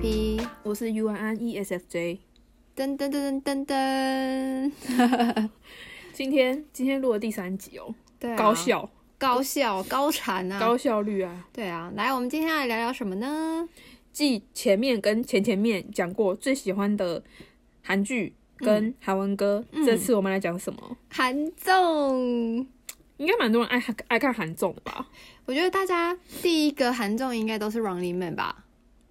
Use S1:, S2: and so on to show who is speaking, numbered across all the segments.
S1: ，E
S2: 我是 U N N E S F J。
S1: 噔噔噔噔噔噔，
S2: 今天今天录了第三集哦，
S1: 对、啊，
S2: 高效
S1: 高效高产啊，
S2: 高效率啊。
S1: 对啊，来，我们今天来聊聊什么呢？
S2: 继前面跟前前面讲过最喜欢的韩剧跟韩文歌，
S1: 嗯
S2: 这次我们来讲什么？
S1: 韩综，
S2: 应该蛮多人爱爱看韩综的吧，
S1: 我觉得大家第一个韩综应该都是 Running Man 吧？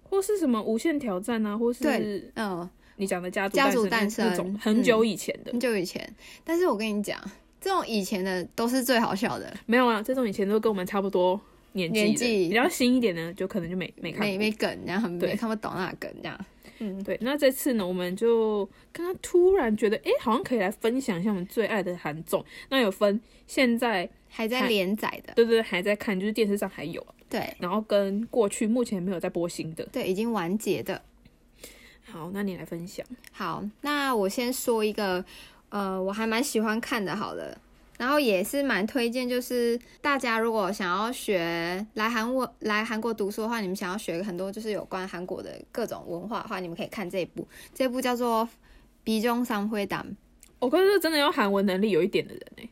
S2: 或是什么无限挑战啊，或是
S1: 对，嗯，
S2: 你讲的家族
S1: 家族
S2: 诞
S1: 诞生
S2: 生
S1: 嗯
S2: 那种很久以前的
S1: 很，久以前，但是我跟你讲，这种以前的都是最好笑的，
S2: 没有啊，这种以前都跟我们差不多年纪的，
S1: 年纪
S2: 比较新一点的，就可能就没没看过。
S1: 没没梗，然后
S2: 对
S1: 没看不懂那梗这样。嗯，
S2: 对，那这次呢，我们就刚刚突然觉得，哎、好像可以来分享一下我们最爱的韩综。那有分现在，
S1: 还在
S2: 看
S1: 连载的，
S2: 对对对，还在看，就是电视上还有，
S1: 对
S2: 然后跟过去目前没有在播新的。
S1: 对，已经完结的。
S2: 好，那你来分享。
S1: 好，那我先说一个，呃，我还蛮喜欢看的，好了，然后也是蛮推荐，就是大家如果想要学来韩国来韩国读书的话，你们想要学很多就是有关韩国的各种文化的话，你们可以看这一部，这部叫做《比中商会党》，
S2: 我哥是真的要韩文能力有一点的人哎、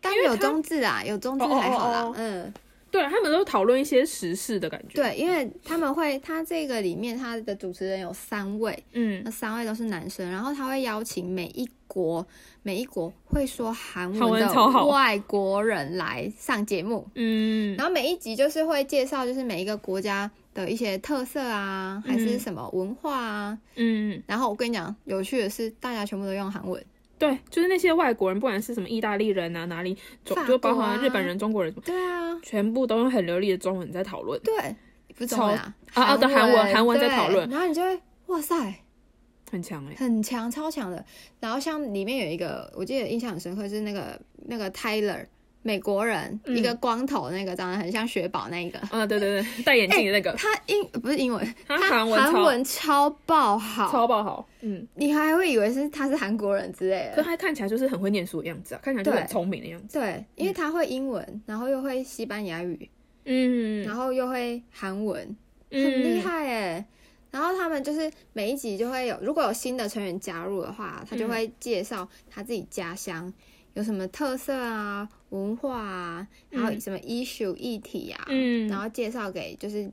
S1: 但
S2: 因为
S1: 有
S2: 它
S1: 中字啊，有中字
S2: 哦哦
S1: 还好啦，
S2: 哦哦
S1: 嗯，
S2: 对，他们都讨论一些时事的感觉。，
S1: 对，因为他们会，他这个里面他的主持人有三位，
S2: 嗯，
S1: 那三位都是男生，然后他会邀请每一国每一国会说韩
S2: 韩
S1: 文
S2: 文超好
S1: 的外国人来上节目，
S2: 嗯，
S1: 然后每一集就是会介绍就是每一个国家的一些特色啊，还是
S2: 嗯
S1: 什么文化啊。
S2: 嗯，
S1: 然后我跟你讲，有趣的是大家全部都用韩文，
S2: 对，就是那些外国人，不管是什么意大利人啊，哪里，总
S1: 法国啊
S2: 就包含日本人、中国人，
S1: 对啊，
S2: 全部都用很流利的中文在讨论。
S1: 对，不是中文啊，
S2: 超啊啊对韩文韩文在
S1: 对
S2: 讨论
S1: 然后你就会哇塞，
S2: 很强哎、
S1: 很强，超强的。然后像里面有一个，我记得印象很深刻是那个那个 Tyler 美国人，
S2: 嗯
S1: 一个光头那个，长得很像雪宝那一个。
S2: 啊，对对对，戴眼镜的那个，
S1: 他英不是英文，
S2: 他
S1: 他
S2: 韩文
S1: 韩
S2: 超
S1: 文超爆好，
S2: 超爆好，嗯，
S1: 你还会以为是他是韩国人之类
S2: 可
S1: 的。
S2: 他看起来就是很会念书的样子啊，看起来就是很聪明的样子。
S1: 对，因为他会英文，然后又会西班牙语，
S2: 嗯，
S1: 然后又会韩文，
S2: 嗯
S1: 很厉。害哎。然后他们就是每一集就会有，如果有新的成员加入的话，他就会介绍他自己家乡有什么特色啊、文化啊，
S2: 嗯
S1: 然后什么 issue 议题啊，
S2: 嗯
S1: 然后介绍给就是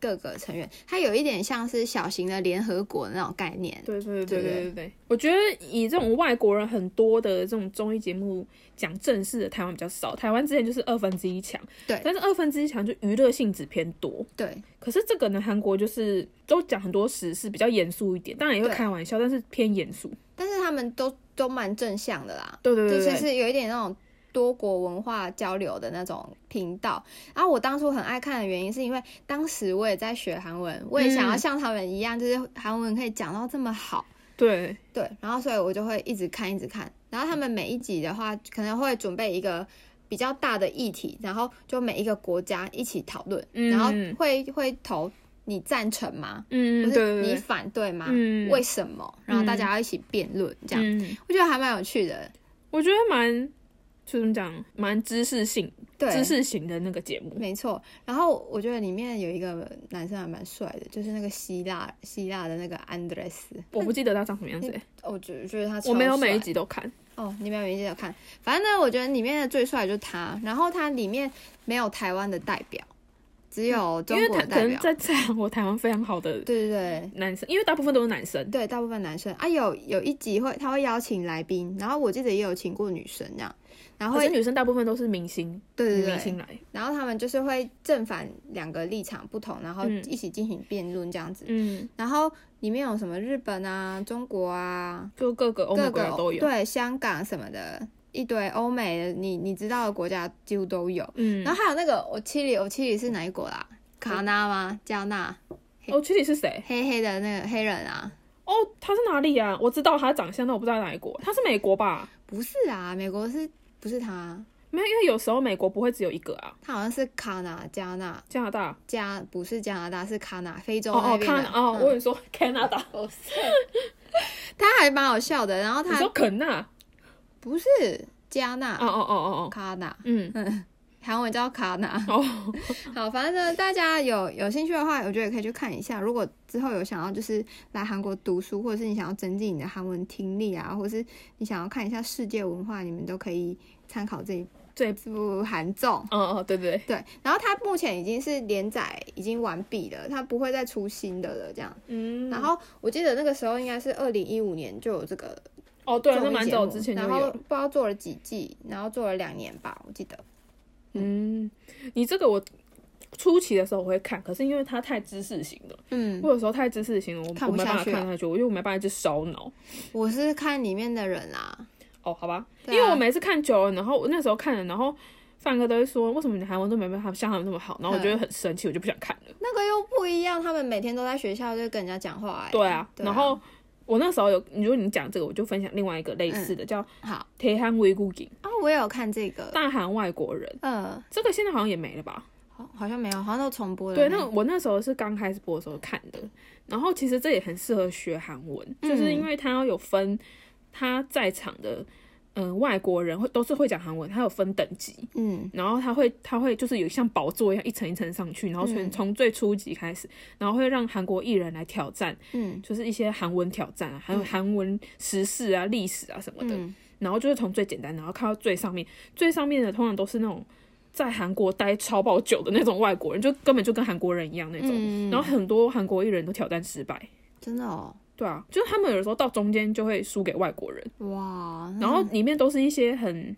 S1: 各个成员。它有一点像是小型的联合国的那种概念，
S2: 对对对对
S1: 对
S2: 对
S1: 对
S2: 对对，我觉得以这种外国人很多的这种综艺节目讲正式的，台湾比较少。台湾之前就是二分之一强，
S1: 对
S2: 但是二分之一强就娱乐性质偏多。
S1: 对
S2: 可是这个呢，韩国就是都讲很多时事，比较严肃一点，当然也会
S1: 对
S2: 开玩笑，但是偏严肃。
S1: 但是他们都都蛮正向的啦，
S2: 对对对
S1: 就
S2: 对
S1: 是
S2: 对，
S1: 是有一点那种多国文化交流的那种频道。然后我当初很爱看的原因，是因为当时我也在学韩文，我也想
S2: 嗯
S1: 要像他们一样，就是韩文可以讲到这么好。
S2: 对
S1: 对，然后所以我就会一直看，一直看。然后他们每一集的话，可能会准备一个比较大的议题，然后就每一个国家一起讨论，
S2: 嗯
S1: 然后会会投你赞成吗？
S2: 嗯，
S1: 不
S2: 对
S1: 是
S2: 对
S1: 你
S2: 对，
S1: 反对吗？
S2: 嗯
S1: 为什么？然后大家要一起辩论，这样、
S2: 嗯，
S1: 我觉得还蛮有趣的。
S2: 我觉得蛮，就怎么讲，蛮知识性、
S1: 对，
S2: 知识型的那个 节目。
S1: 没错，然后我觉得里面有一个男生还蛮帅的，就是那个希腊希腊的那个安德烈斯，
S2: 我不记得他长什么样子、
S1: 哦我觉觉得他超
S2: 我没有每一
S1: 帅
S2: 集都看。
S1: 哦，你没有每一集有看，反正呢，我觉得里面的最帅就是他，然后他里面没有台湾的代表，只有
S2: 嗯因
S1: 中
S2: 为
S1: 国
S2: 他
S1: 的
S2: 可
S1: 代
S2: 能
S1: 表，
S2: 在在韩国台湾非常好的
S1: 对对对。
S2: 男生，因为大部分都是男生。
S1: 对，大部分男生啊，有有一集会他会邀请来宾，然后我记得也有请过女生这样，然后
S2: 可是
S1: 会
S2: 女生大部分都是明星，
S1: 对对
S2: 明
S1: 对
S2: 星，来，
S1: 然后他们就是会正反两个立场不同，然后
S2: 嗯
S1: 一起进行辩论这样子，
S2: 嗯，
S1: 然后里面有什么日本啊、中国啊，
S2: 就各个欧美
S1: 各
S2: 国
S1: 个
S2: 家都有，
S1: 对香港什么的，一堆欧美的你你知道的国家几乎都有。
S2: 嗯
S1: 然。后还有那个我七里，我七里是哪一国啦？卡纳吗？加纳？
S2: 哦，具体是谁？
S1: 黑黑的那个黑人啊？
S2: 哦，他是哪里啊？我知道他的长相，但我不知道他哪一国。他是美国吧？
S1: 不是啊，美国是不是他？
S2: 没有，因为有时候美国不会只有一个啊。
S1: 他好像是卡纳加纳
S2: 加拿大，
S1: 加，不是加拿大，是卡纳非洲
S2: 哦
S1: 那
S2: 哦，
S1: 边
S2: 看
S1: 的。
S2: 哦，
S1: 嗯
S2: 我跟你说，Canada，
S1: 不是，他还蛮好笑的。然后
S2: 你
S1: 他
S2: 说肯纳？
S1: 不是加纳
S2: 哦哦哦哦哦，
S1: 卡纳，
S2: 嗯，
S1: 韩文叫卡纳。
S2: 哦，
S1: 好，反正呢，大家有有兴趣的话，我觉得也可以去看一下。如果之后有想要就是来韩国读书，或者是你想要增进你的韩文听力啊，或者是你想要看一下世界文化，你们都可以参考这一
S2: 这
S1: 这部韩综。
S2: 嗯嗯，对对对，
S1: 对，然后它目前已经是连载已经完毕了，它不会再出新的了，这样。
S2: 嗯，
S1: 然后我记得那个时候应该是二零一五年就有这个
S2: 哦，对
S1: 综
S2: 啊，
S1: 艺
S2: 那蛮
S1: 节
S2: 早
S1: 目
S2: 之前就
S1: 然后
S2: 有
S1: 不。知道做了几季，然后做了两年吧，我记得。
S2: 嗯，你这个我初期的时候我会看，可是因为它太知识型了，
S1: 嗯，
S2: 我有时候太知识型了，我
S1: 看
S2: 我
S1: 不
S2: 没
S1: 下
S2: 办法
S1: 去啊
S2: 看下去，我因为我没办法去烧脑。
S1: 我是看里面的人啊啦，
S2: 哦，好吧，
S1: 对
S2: 因
S1: 啊
S2: 为我每次看久了，然后我那时候看了，然后范哥都会说，为什么你的韩文都没办法像他们那么好？然后
S1: 嗯
S2: 我就会很生气，我就不想看了。
S1: 那个又不一样，他们每天都在学校就跟人家讲话、哎，
S2: 对啊，
S1: 对啊
S2: 然后我那时候有，你说你讲这个，我就分享另外一个类似
S1: 嗯
S2: 的，叫《
S1: 好
S2: 铁汉维古景
S1: 啊、我也有看这》，个，
S2: 大韩外国人。
S1: 呃，
S2: 这个现在好像也没了吧？
S1: 好好像没有，好像都重播了。
S2: 对，那我那时候是刚开始播的时候看的，然后其实这也很适合学韩文，就是因为它有分他在场的嗯、呃外国人会都是会讲韩文，它有分等级，
S1: 嗯
S2: 然后他会他会就是有像宝座一样一层一层上去，然后从
S1: 嗯
S2: 从最初级开始，然后会让韩国艺人来挑战，
S1: 嗯
S2: 就是一些韩文挑战啊，还有韩文时事啊、历史啊什么的，
S1: 嗯
S2: 然后就是从最简单，然后看到最上面，最上面的通常都是那种在韩国待超爆久的那种外国人，就根本就跟韩国人一样那种。
S1: 嗯，
S2: 然后很多韩国艺人都挑战失败，
S1: 真的哦，
S2: 对啊，就是他们有的时候到中间就会输给外国人，
S1: 哇，那
S2: 然后里面都是一些很。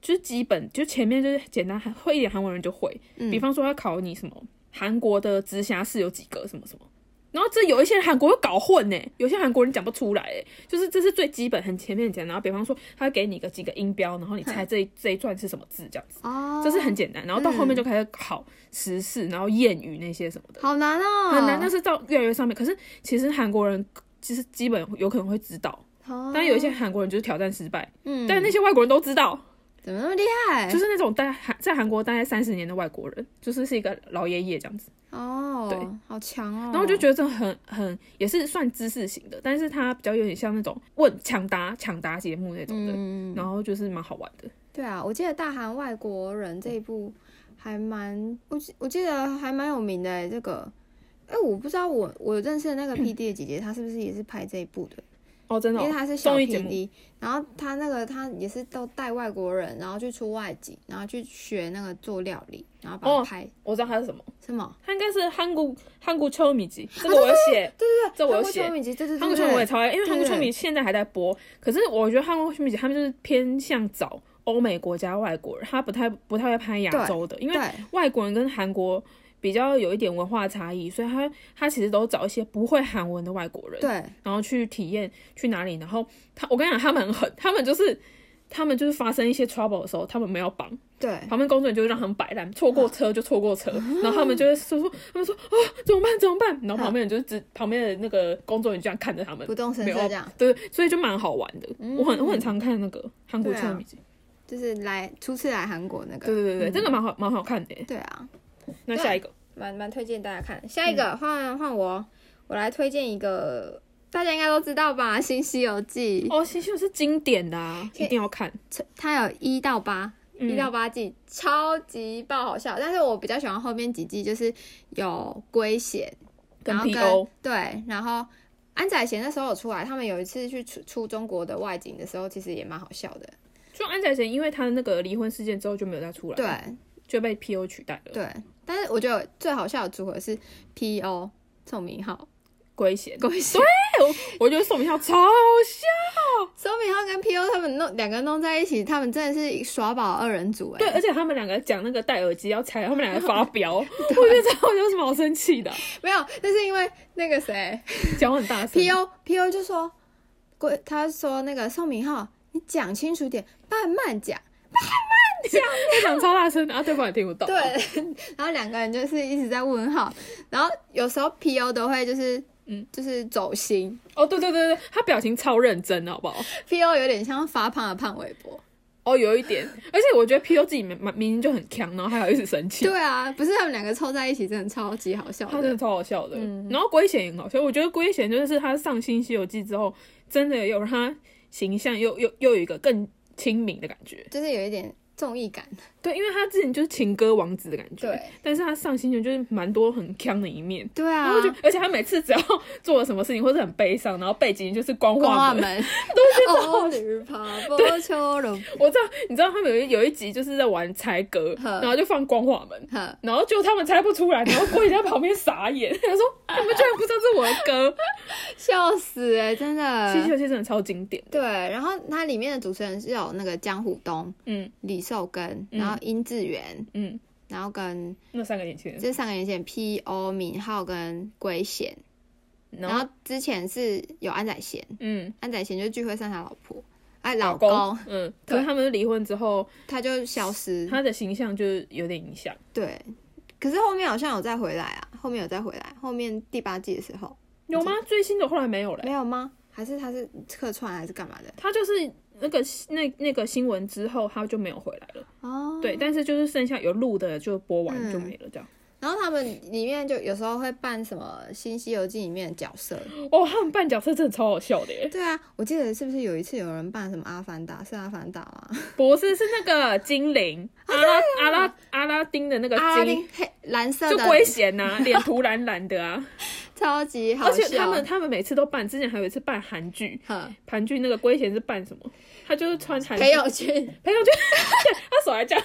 S2: 就是基本，就前面就是简单，会一点韩文人就会。
S1: 嗯
S2: 比方说，要考你什么韩国的直辖市有几个什么什么，然后这有一些韩国会搞混呢，有些韩国人讲不出来哎，就是这是最基本很前面很简单。然后比方说，他会给你个几个音标，然后你猜这一这一段是什么字这样子，
S1: 哦，
S2: 这是很简单。然后到后面就开始考时事，然后谚语那些什么的，
S1: 好难哦，
S2: 很难。但是到越来越上面，可是其实韩国人其实基本有可能会知道，
S1: 哦，
S2: 但有一些韩国人就是挑战失败，
S1: 嗯，哎
S2: 但那些外国人都知道。
S1: 怎么那么厉害？
S2: 就是那种待韩在韩国待三十年的外国人，就是是一个老爷爷这样子。
S1: 哦，
S2: 对，
S1: 好强哦。
S2: 然后我就觉得这很很也是算知识型的，但是它比较有点像那种问抢答抢答节目那种的，
S1: 嗯，
S2: 然后就是蛮好玩的。
S1: 对啊，我记得《大韩外国人》这一部还蛮，我记我记得还蛮有名的欸这个。哎，我不知道我我认识的那个 P D 的姐姐，她是不是也是拍这一部的？
S2: 哦，真的、
S1: 因为
S2: 哦，
S1: 她是小
S2: 综
S1: P
S2: 艺节目
S1: D，然后她那个她也是都带外国人，然后去出外景，然后去学那个做料理，然后把它
S2: 哦
S1: 拍、
S2: 我知道它是什么，
S1: 什么？啊
S2: 它应该是韩国韩国秋米集，这个我有写，
S1: 对对对，
S2: 这我有
S1: 韩国
S2: 写
S1: 秋米集，对对对
S2: 韩国秋米我也
S1: 对，
S2: 超爱，因为
S1: 对
S2: 韩国秋
S1: 对
S2: 米现在还在播，可是我觉得韩国秋米集他们就是偏向找欧美国家外国人，他不太不太会拍亚
S1: 对
S2: 洲的，因为
S1: 对
S2: 外国人跟韩国比较有一点文化差异，所以他他其实都找一些不会韩文的外国人，
S1: 对，
S2: 然后去体验去哪里，然后他我跟你讲，他们很狠，他们就是他们就是发生一些 trouble 的时候，他们没有绑，
S1: 对，
S2: 旁边工作人员就让他们摆烂，错过车就错过车，
S1: 啊
S2: 然后他们就会说说他们说啊怎么办怎么办，然后旁边人就是
S1: 嗯
S2: 只旁边的那个工作人员就这样看着他们
S1: 不，动声
S2: 没
S1: 色
S2: 有
S1: 这样，
S2: 对，所以就蛮好玩的。
S1: 嗯
S2: 我很我很常看那个韩国
S1: 对啊
S2: 超米集，
S1: 就是来初次来韩国那个，
S2: 对对对对，这个蛮好蛮好看的耶。
S1: 对啊，
S2: 那下一个
S1: 蛮蛮推荐大家看。下一
S2: 嗯
S1: 个换换、我，我来推荐一个，大家应该都知道吧，《新西游记》
S2: 哦，新秀是经典的啊，一定要看。
S1: 它有一到八、
S2: 嗯
S1: 一到八季，超级爆好笑。但是我比较喜欢后面几季，就是有龟贤，
S2: 跟
S1: 然后
S2: PO
S1: 对，然后安宰贤那时候有出来，他们有一次去出出中国的外景的时候，其实也蛮好笑的。
S2: 就安宰贤，因为他那个离婚事件之后就没有再出来，
S1: 对，
S2: 就被 PO 取代了。
S1: 对，但是我觉得最好笑的组合是 P.O. 宋明浩、
S2: 龟 贤，
S1: 龟贤。
S2: 我觉得宋明孝超像。
S1: 周敏浩跟 P.O. 他们弄两个弄在一起，他们真的是耍宝二人组哎、
S2: 对，而且他们两个讲那个戴耳机要拆，他们两个发 飙，我觉得这好像有什么好生气 的啊、
S1: 没有，那是因为那个谁
S2: 讲很大声。
S1: P.O. P.O. 就说，过他说那个宋明浩，你讲清楚点，慢慢讲。
S2: 他讲超大声的，啊，对方也听不到。
S1: 对，然后两个人就是一直在问号，然后有时候 P.O. 都会就是嗯，就是走心
S2: 哦，对对对对，他表情超认真，好不好？
S1: ，P.O. 有点像发胖的胖玮柏。
S2: 哦，有一点，而且我觉得 P O 自己明明明就很强，然后还好一直生气，
S1: 对啊，不是他们两个凑在一起真的超级好笑
S2: 他真
S1: 的
S2: 的。超好笑的。然后龟贤也很好笑，我觉得龟贤就是他上《新西游记》之后，真的有让他形象又又又有一个更亲民的感觉。
S1: 就是有一点综艺感，
S2: 对，因为他之前就是情歌王子的感觉，
S1: 对，
S2: 但是他上新闻就是蛮多很强的一面。
S1: 对啊
S2: 然，后就，而且他每次只要 做了什么事情或者很悲伤，然后背景就是光
S1: 光
S2: 化
S1: 化
S2: 门。
S1: 门 哦都是跑波秋龙，
S2: 我知道，你知道他们有一有一集就是在玩猜歌，
S1: 呵
S2: 然后就放光化门，
S1: 呵
S2: 然后就他们猜不出来，然后郭姐在旁边傻眼， 他说：“你们居然不知道这是我的 歌
S1: 笑死哎、真？”
S2: 其
S1: 的。
S2: 实有些真的超经典的。
S1: 对，然后它里面的主持人是有那个江虎东、
S2: 嗯
S1: 李寿根，
S2: 嗯
S1: 然后殷志源，
S2: 嗯，
S1: 然后跟
S2: 那三个年轻人，
S1: 这三个人选 P O 敏浩跟圭贤，
S2: 然
S1: 然
S2: 后
S1: 后之前是有安宰贤，
S2: 嗯，
S1: 安宰贤就是聚会上他老婆，哎
S2: 老
S1: 老
S2: 公，
S1: 公
S2: 嗯，可是他们离婚之后，
S1: 他就消 失，
S2: 他的形象就是有点影响。
S1: 对，可是后面好像有再回来啊，后面有再回来，后面第八季的时候
S2: 有吗？最新的后来没有了
S1: 没。有吗？还是他是客串还是干嘛的？
S2: 他就是那个那那个新闻之后，他就没有回来了。
S1: 哦，
S2: 对，但是就是剩下有录的就播完
S1: 嗯
S2: 就没了，这样。
S1: 然后他们里面就有时候会扮什么《新西游记》里面的角色，
S2: 哦，他们扮角色真的超好笑 的耶！
S1: 对啊，我记得是不是有一次有人扮什么阿凡达？是阿凡达 吗？
S2: 不是，是那个精灵阿拉阿拉阿拉丁的那个
S1: 啊阿拉
S2: 精，
S1: 丁啊黑蓝色
S2: 就
S1: 的，
S2: 龟贤 呐，脸涂蓝蓝的啊。
S1: 超级好
S2: 而
S1: 笑。
S2: 且他们他们每次都扮，之前还有一次扮韩剧，
S1: 哼
S2: 韩剧那个龟贤是扮什么？他就是穿韩剧
S1: 裴友 俊，
S2: 朋友就他手还这样，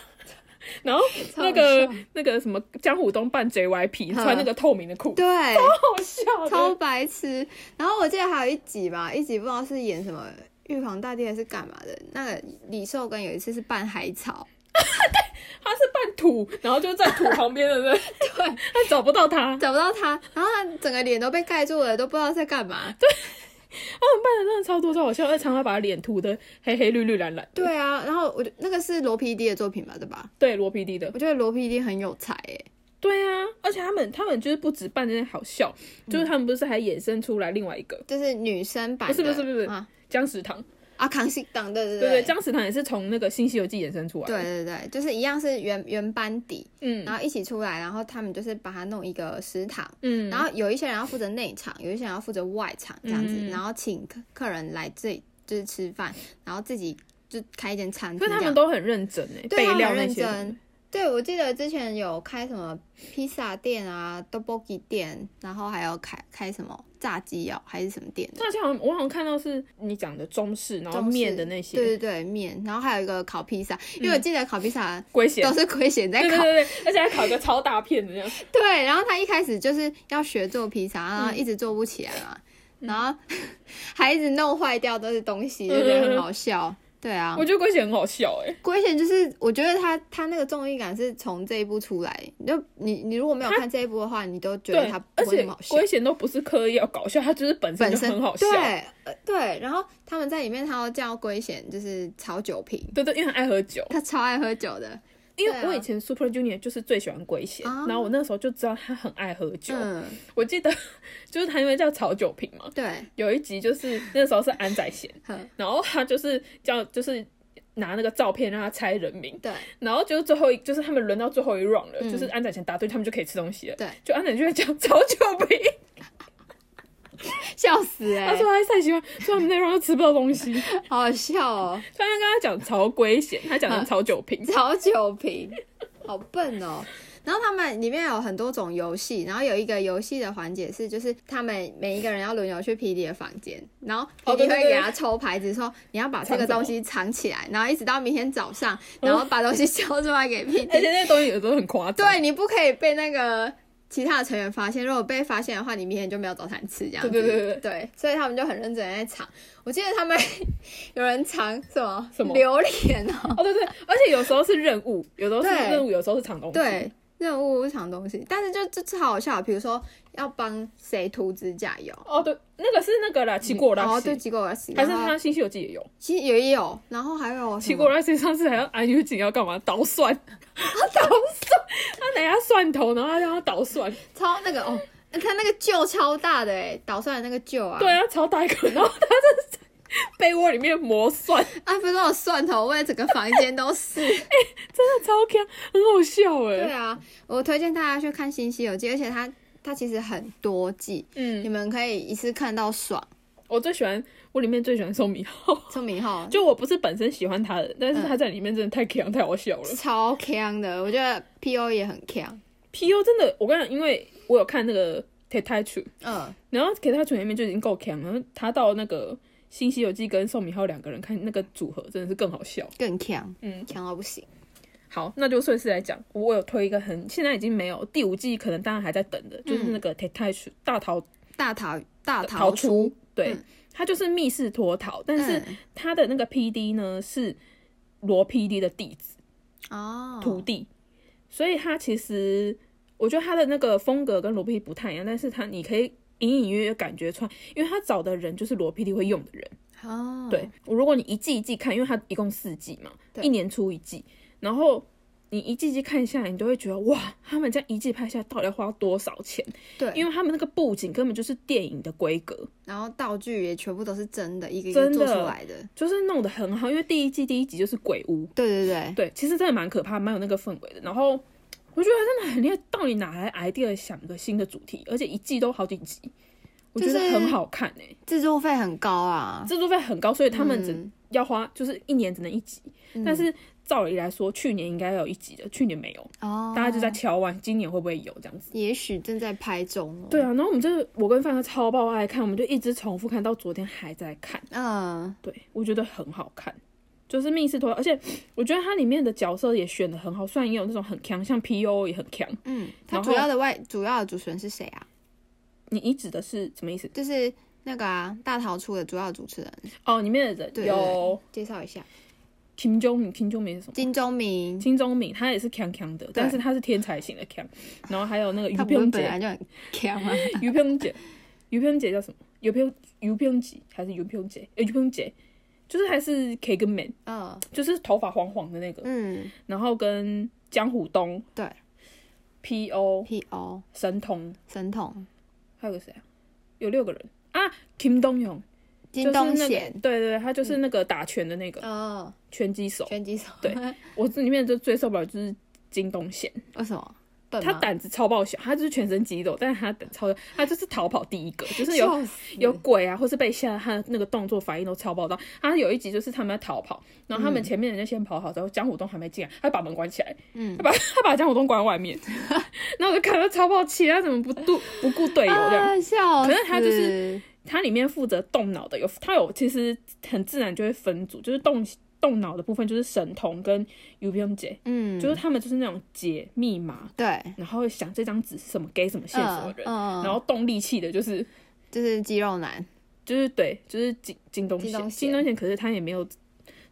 S2: 然后
S1: 超
S2: 那个
S1: 好笑
S2: 那个什么江虎东扮 JYP，
S1: 嗯
S2: 穿那个透明的裤，子，
S1: 对，
S2: 好笑的，
S1: 超白痴。然后我记得还有一集吧，一集不知道是演什么玉皇大帝还是干嘛的。那个李寿根有一次是扮海草，
S2: 他是扮土，然后就在土旁边的，对不对，他找不到他，
S1: 找不到他，然后他整个脸都被盖住了，都不知道在干嘛。对
S2: 扮的真的超多超好笑，而且常常把脸涂的黑黑绿绿蓝蓝，
S1: 对啊，然后我就那个是罗 PD 的作品吧，对吧？
S2: 对罗 PD 的，
S1: 我觉得罗 PD 很有才欸诶、
S2: 对啊，嗯而且他们他们就是不止扮那些好笑，就是他们不是还衍生出来另外一个
S1: 就是女生版的，
S2: 不是不是不是
S1: 啊
S2: 姜食堂，
S1: 啊，康熙党对对
S2: 对对，
S1: 对
S2: 姜食堂也是从那个《新西游记》衍生出来，
S1: 对，对对，就是一样是原原班底，
S2: 嗯
S1: 然后一起出来，然后他们就是把它弄一个食堂，
S2: 嗯，
S1: 然后有一些人要负责内场，有一些人要负责外场这样子，
S2: 嗯
S1: 然后请客客人来这里就是吃饭，然后自己就开一间餐厅
S2: 所以
S1: 这
S2: 他们
S1: 样。
S2: 都很认真诶，
S1: 对
S2: 备
S1: 他们
S2: 料
S1: 很
S2: 那
S1: 认
S2: 些什么的。
S1: 真。对，我记得之前有开什么披萨店啊、d o b o g i 店，然后还有开开什么炸鸡哦，还是什么店的。
S2: 那像我好像看到是你讲的中式，然后
S1: 中式
S2: 面的那些
S1: 对对对，面，然后还有一个烤披萨，因为我记得烤披 萨
S2: 龟贤
S1: 都，是亏钱在
S2: 对对
S1: 烤。
S2: 对对，而且还烤一个超大片的这样，
S1: 对，然后他一开始就是要学做披萨，然
S2: 嗯
S1: 后一直做不起来嘛，然后 还一直弄坏掉都是东西，就觉得很好笑。对啊
S2: 嗯我，觉得龟贤很好笑哎、
S1: 龟贤就是我觉得他他那个综艺感是从这一部出来，你就你你如果没有看这一部的话，你都觉得
S2: 对
S1: 他，不
S2: 而
S1: 会那
S2: 且
S1: 么好笑
S2: 龟。贤都不是刻意要搞笑，他就是本身
S1: 本
S2: 就
S1: 身
S2: 很好笑。
S1: 对、呃对，然后他们在里面，他都叫龟贤就是曹酒瓶，
S2: 对对，因为他爱喝酒，
S1: 他超爱喝酒的，
S2: 因
S1: 对
S2: 为
S1: 啊
S2: 我以前 Super Junior 就是最喜欢龟贤，
S1: 啊
S2: 然后我那时候就知道他很爱喝酒。
S1: 嗯，
S2: 我记得 就是他因为叫曹酒瓶嘛，
S1: 对，
S2: 有一集就是那时候是安宰贤，
S1: 哼
S2: 然后他就是叫就是拿那个照片让他猜人名，
S1: 对，
S2: 然后就是最后一，就是他们轮到最后一 round 了，
S1: 嗯
S2: 就是安宰贤答对，他们就可以吃东西了。
S1: 对
S2: 就安宰贤讲炒酒 饼，
S1: 笑死哎、
S2: 他说他太喜欢，所以他们那 round 都吃不到东西。所
S1: 好好笑 哦。
S2: 以他跟他讲曹龟贤，他
S1: 嗯
S2: 讲成炒酒瓶。
S1: 找酒瓶，好笨哦。然后他们里面有很多种游戏，然后有一个游戏的环节是，就是他们每一个人要轮流去 PD 的房间，然后
S2: 哦
S1: PD
S2: 对
S1: 会
S2: 对对
S1: 给他抽牌子说你要把这个东西藏起来，然后一直到明天早上，
S2: 哦
S1: 然后把东西 交出来给
S2: 而
S1: PD。
S2: 且那东西有时候很夸张。
S1: 对你不可以被那个其他的成员发现，如果被发现的话，你明天就没有早餐吃这样子。
S2: 对对对对
S1: 对，所以他们就很认真地在藏。我记得他们 有人藏什么
S2: 什么
S1: 榴莲哦。
S2: 哦对对，而且有时候是任务，有时候是
S1: 对
S2: 任务，有时候是藏东西。
S1: 对，任务抢东西，但是就这超好笑，比如说要帮谁涂指甲油，
S2: 哦对，那个是那个啦，奇果拉
S1: 哦，
S2: 西
S1: 对，，机构要洗，
S2: 还是
S1: 然后
S2: 他新西游记也有。
S1: 其实也有，然后还有
S2: 奇
S1: 什
S2: 果
S1: 么？
S2: 拉西上次还要安于景要干嘛？捣蒜，捣蒜，他拿下蒜头，然后他让他捣蒜。
S1: 超那个哦，他那个臼超大的哎，捣蒜的那个臼啊，
S2: 对啊，超大一个，然后他在被窝里面磨蒜，
S1: 啊，不是有蒜头味，整个房间都是。
S2: 真的超强，很好笑
S1: 对
S2: 哎。
S1: 啊，我推荐大家去看《新西游记》，而且它它其实很多季，你
S2: 嗯，
S1: 们可以一次看到爽。
S2: 我最喜欢我里面最喜欢宋明浩，
S1: 宋明浩
S2: 就我不是本身喜欢他的，但是他在里面真的太强太好笑了。
S1: 超强的，我觉得 P O 也很强。
S2: P.O. 真的，我跟你讲，因为我有看那个《铁太楚》，
S1: 嗯，
S2: 然后《铁太楚》里面就已经够强了，然后他到那个《新西游记》跟宋明浩两个人看那个组合，真的是更好笑。
S1: 更强，
S2: 嗯，
S1: 强到不行。
S2: 好，那就顺势来讲，我有推一个很现在已经没有第五季，可能当然还在等的，就是那个《铁太楚》大逃呃
S1: 大逃大
S2: 啊逃
S1: 逃
S2: 出，对
S1: 嗯，
S2: 他就是密室脱逃，但是
S1: 嗯
S2: 他的那个 P.D 呢是罗 P.D 的弟子
S1: 哦，
S2: 徒弟，所以他其实我觉得他的那个风格跟罗 P.D 不太一样，但是他你可以隐隐约约感觉出来，因为他找的人就是罗 P.D 会用的人。
S1: 哦，
S2: 对，，如果你一季一季看，因为它一共四季嘛，
S1: 对
S2: 一年出一季，然后你一季一季看下来，你就会觉得哇，他们这样一季拍下来到底要花多少钱？
S1: 对
S2: 因为他们那个布景根本就是电影的规格，
S1: 然后道具也全部都是真的，一个一个
S2: 真
S1: 做
S2: 的
S1: 出来的。
S2: 就是弄得很好。因为第一季第一集就是鬼屋，
S1: 对对对，
S2: 对，其实真的蛮可怕，蛮有那个氛围的。然后我觉得真的很厉害，到底哪来 idea 想个新的主题，而且一季都好几集，我觉得
S1: 就是
S2: 很好看哎、
S1: 制作费很高啊。
S2: 制作费很高，所以他们只
S1: 嗯
S2: 要花就是一年只能一集，但是照理来说，去年应该要有一集的，去年没有，
S1: 哦，
S2: 大家就在敲完今年会不会有这样子。
S1: 也许正在拍中哦。
S2: 对，啊，然后我们就是我跟范哥超爆爱看，我们就一直重复看到昨天还在看。
S1: 嗯，
S2: 对，我觉得很好看，就是密室脱，而且我觉得它里面的角色也选的很好，虽然也有那种很强，像 P.O. 也很强。
S1: 嗯，他
S2: 然
S1: 主
S2: 后
S1: 要的外主要的主持人是谁啊？
S2: 你你指的是什么意思？
S1: 就是那个啊，大逃出的主要主持人，
S2: 哦，里面的人
S1: 对
S2: 有
S1: 介绍一下，
S2: 金钟敏，金钟敏是什么？
S1: 金钟明，
S2: 金钟敏他也是强强的，但是他是天才型的强。然后还有那个于
S1: 他不是
S2: 平
S1: 本
S2: 姐，
S1: 来就很强 吗？
S2: 于平姐，于平姐叫什么？于平于平姐还是于平姐？呃于平姐就是还是 K 跟 Man，
S1: 嗯
S2: 就是头发黄黄的那个，
S1: 嗯
S2: 然后跟江虎东
S1: 对
S2: ，P O
S1: ，P O
S2: 神童，
S1: 神童
S2: 还有个谁啊？有六个人啊，Kim 东勇，
S1: 金东
S2: 就是那
S1: 贤
S2: 个，，对对，对他
S1: 嗯
S2: 就是那个打拳的那个
S1: 哦，
S2: 拳击手。
S1: 拳击手，
S2: 对我这里面就最受不了就是金东贤，
S1: 为什么？笨
S2: 他
S1: 吗
S2: 胆子超爆小，他就是全身肌肉，但是他胆超，他就是逃跑 第一个，就是有
S1: 笑死
S2: 有鬼啊，或是被吓，他那个动作反应都超爆到。他有一集就是他们在逃跑，然后他们前面人家先跑好之后，江虎东还没进来，他把门关起来，
S1: 嗯
S2: 他把 他把江虎东关在外面， 然后我就看他超爆气，他怎么不顾不顾队友这 样？
S1: 啊，笑死，
S2: 可是他就是他里面负责动脑的有，他有其实很自然就会分组，就是动动脑的部分就是神童跟 U B M 姐，
S1: 嗯，
S2: 就是他们就是那种解密码，
S1: 对
S2: 然后想这张纸是什么给什么线索的人，
S1: 嗯嗯
S2: 然后动力气的就是。
S1: 就是肌肉男，
S2: 就是对，就是金金东
S1: 金
S2: 贤，
S1: 东
S2: 金
S1: 贤
S2: 东贤，可是他也没有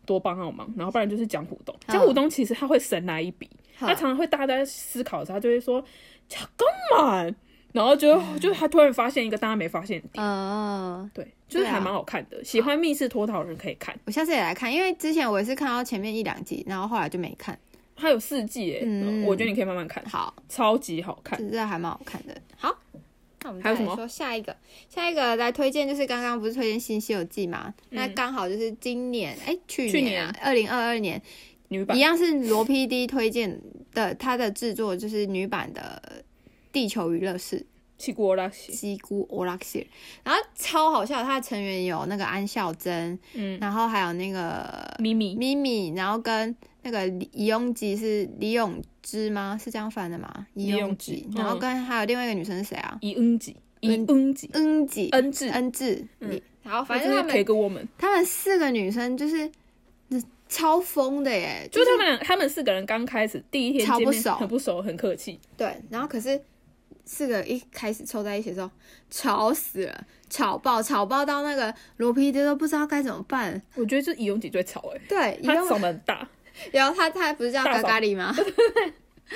S2: 多帮到忙，然后不然就是江虎东，
S1: 嗯
S2: 江虎东其实他会神来一笔，他
S1: 哼
S2: 常常会大家在思考的时候，他就会说干嘛，然后就就是他突然发现一个大家没发现的点，
S1: 嗯，
S2: 对，就是
S1: 对啊
S2: 还蛮好看的，喜欢密室脱逃的人可以看，
S1: 我下次也来看，因为之前我也是看到前面一两集，然后后来就没看。
S2: 它有四季耶，
S1: 嗯
S2: 我觉得你可以慢慢看，
S1: 好，
S2: 超级好看，
S1: 这这还蛮好看的。好，那我们
S2: 还
S1: 再来
S2: 有什么
S1: 说下一个，下一个来推荐就是刚刚不是推荐《新西游记》嘛？那刚好就是今年，哎、去
S2: 嗯去
S1: 年二零二二年，
S2: 女版
S1: 一样是罗 PD 推荐的，它的制作就是女版的《地球娱乐室》。
S2: 七国拉西，
S1: 西姑 o l a x i 然后超好笑，它的成员有那个安孝珍，
S2: 嗯，
S1: 然后还有那个
S2: 咪咪，
S1: 咪咪，然后跟那个李李永吉是李永芝吗？是这样翻的吗？李
S2: 永
S1: 永
S2: 吉
S1: 吉，
S2: 嗯
S1: 然后跟还有另外一个女生是谁啊？
S2: 一恩吉，一
S1: 嗯
S2: 恩吉，
S1: 恩吉，
S2: 恩智，
S1: 恩智，
S2: 嗯
S1: 你好，哎反
S2: 反正
S1: 正
S2: 是
S1: 他
S2: K
S1: 们
S2: 个 woman。
S1: 他们四个女生就是嗯超疯的耶，
S2: 就是他们俩，他们四个人刚开始第一天
S1: 超
S2: 见
S1: 不
S2: 面
S1: 熟
S2: 很不熟，很客气。
S1: 对，然后可是四个一开始凑在一起的时候，吵死了，吵爆，吵爆到那个罗 PD 都不知道该怎么办。
S2: 我觉得就是以永姐最吵哎、
S1: 对，
S2: 她
S1: 因为
S2: 嗓门很大，
S1: 然后他他不是叫
S2: 大
S1: 嘎
S2: 嫂
S1: 嘎里吗？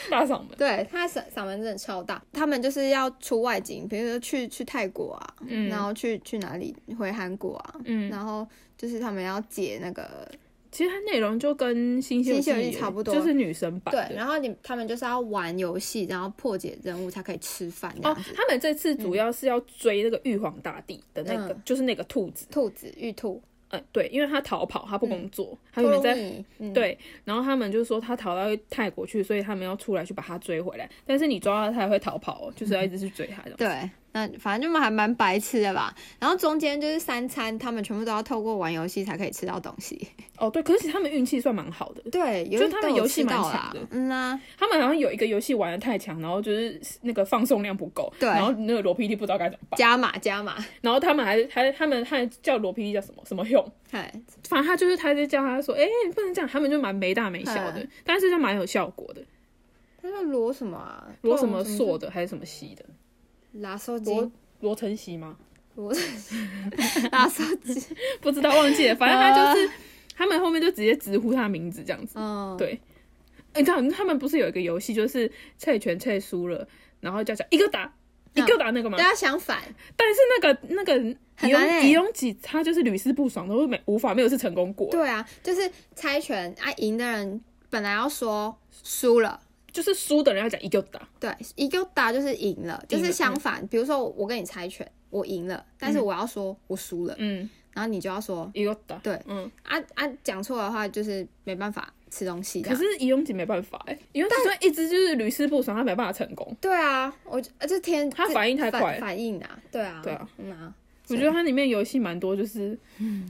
S2: 大嗓门。
S1: 对，他嗓嗓门真的超大。他们就是要出外景，比如说去去泰国啊，
S2: 嗯
S1: 然后去去哪里，回韩国啊，
S2: 嗯，
S1: 然后就是他们要解那个
S2: 其实它内容就跟《新秀
S1: 新西游记
S2: 记
S1: 差不多
S2: 就是女生版的。
S1: 对，然后你他们就是要玩游戏，然后破解任务才可以吃饭这
S2: 哦
S1: 样子。，
S2: 他们这次主要是要追那个玉皇大帝的那个，
S1: 嗯
S2: 就是那个兔子。
S1: 兔子玉兔，
S2: 嗯，对，因为他逃跑，他不工作，他
S1: 兔
S2: 原本
S1: 肉
S2: 在
S1: 蜜，嗯，
S2: 对，然后他们就说他逃到泰
S1: 嗯
S2: 国去，所以他们要出来去把他追回来。但是你抓到他，他还会逃跑哦，就是要一直去追他的。
S1: 对，那反正就还蛮白痴的吧。然后中间就是三餐，他们全部都要透过玩游戏才可以吃到东西。
S2: 哦，对，可是其实他们运气算蛮好的，
S1: 对，
S2: 就他们
S1: 游
S2: 游戏蛮强的
S1: 嗯啊，
S2: 他们好像有一个游戏玩的太强，然后就是那个放送量不够，
S1: 对
S2: 然后那个罗 PD 不知道该怎么办，
S1: 加码加码，
S2: 然后他们还还他们还叫罗 PD 叫什么什么用，
S1: 嗨，
S2: 反正他就是他就叫他说，哎、你不能这样，他们就蛮没大没小的，但是就蛮有效果的，
S1: 他叫罗什么啊？
S2: 罗什么
S1: 动
S2: 硕的还是什么西的，
S1: 拉手机，
S2: 罗罗晨曦吗？
S1: 罗 拉手 机，
S2: 不知道忘记了，反正他就是、他们后面就直接直呼他名字这样子，
S1: 嗯，
S2: 对你知道他们不是有一个游戏，就是猜拳猜输了，然后叫叫一个打。一个打那个吗？
S1: 对他相反，
S2: 但是那个那个
S1: 很
S2: 李
S1: 难
S2: 荣
S1: 欸
S2: 李荣几，他就是屡试不爽，都没无法没有一次成功过，
S1: 对啊，就是猜拳啊，赢的人本来要说输了。
S2: 就是输的人要讲一个打，
S1: 对，一个打就是赢了，就
S2: 赢
S1: 是
S2: 了嗯
S1: 相反。比如说，我跟你猜拳，我赢了，但是我要说我输了，
S2: 嗯，
S1: 然后你就要说
S2: 一个打，
S1: 对
S2: 嗯。
S1: 啊啊，讲错的话就是没办法吃东西这
S2: 可
S1: 样。
S2: 是李荣几没办法哎、欸，李荣几就一直就是屡试不爽，他没办法成功。
S1: 对啊，我就呃这天
S2: 他
S1: 这
S2: 反应太快
S1: 反反应啊，对啊，
S2: 对啊，
S1: 嗯啊，
S2: 我觉得它里面游戏蛮多，就是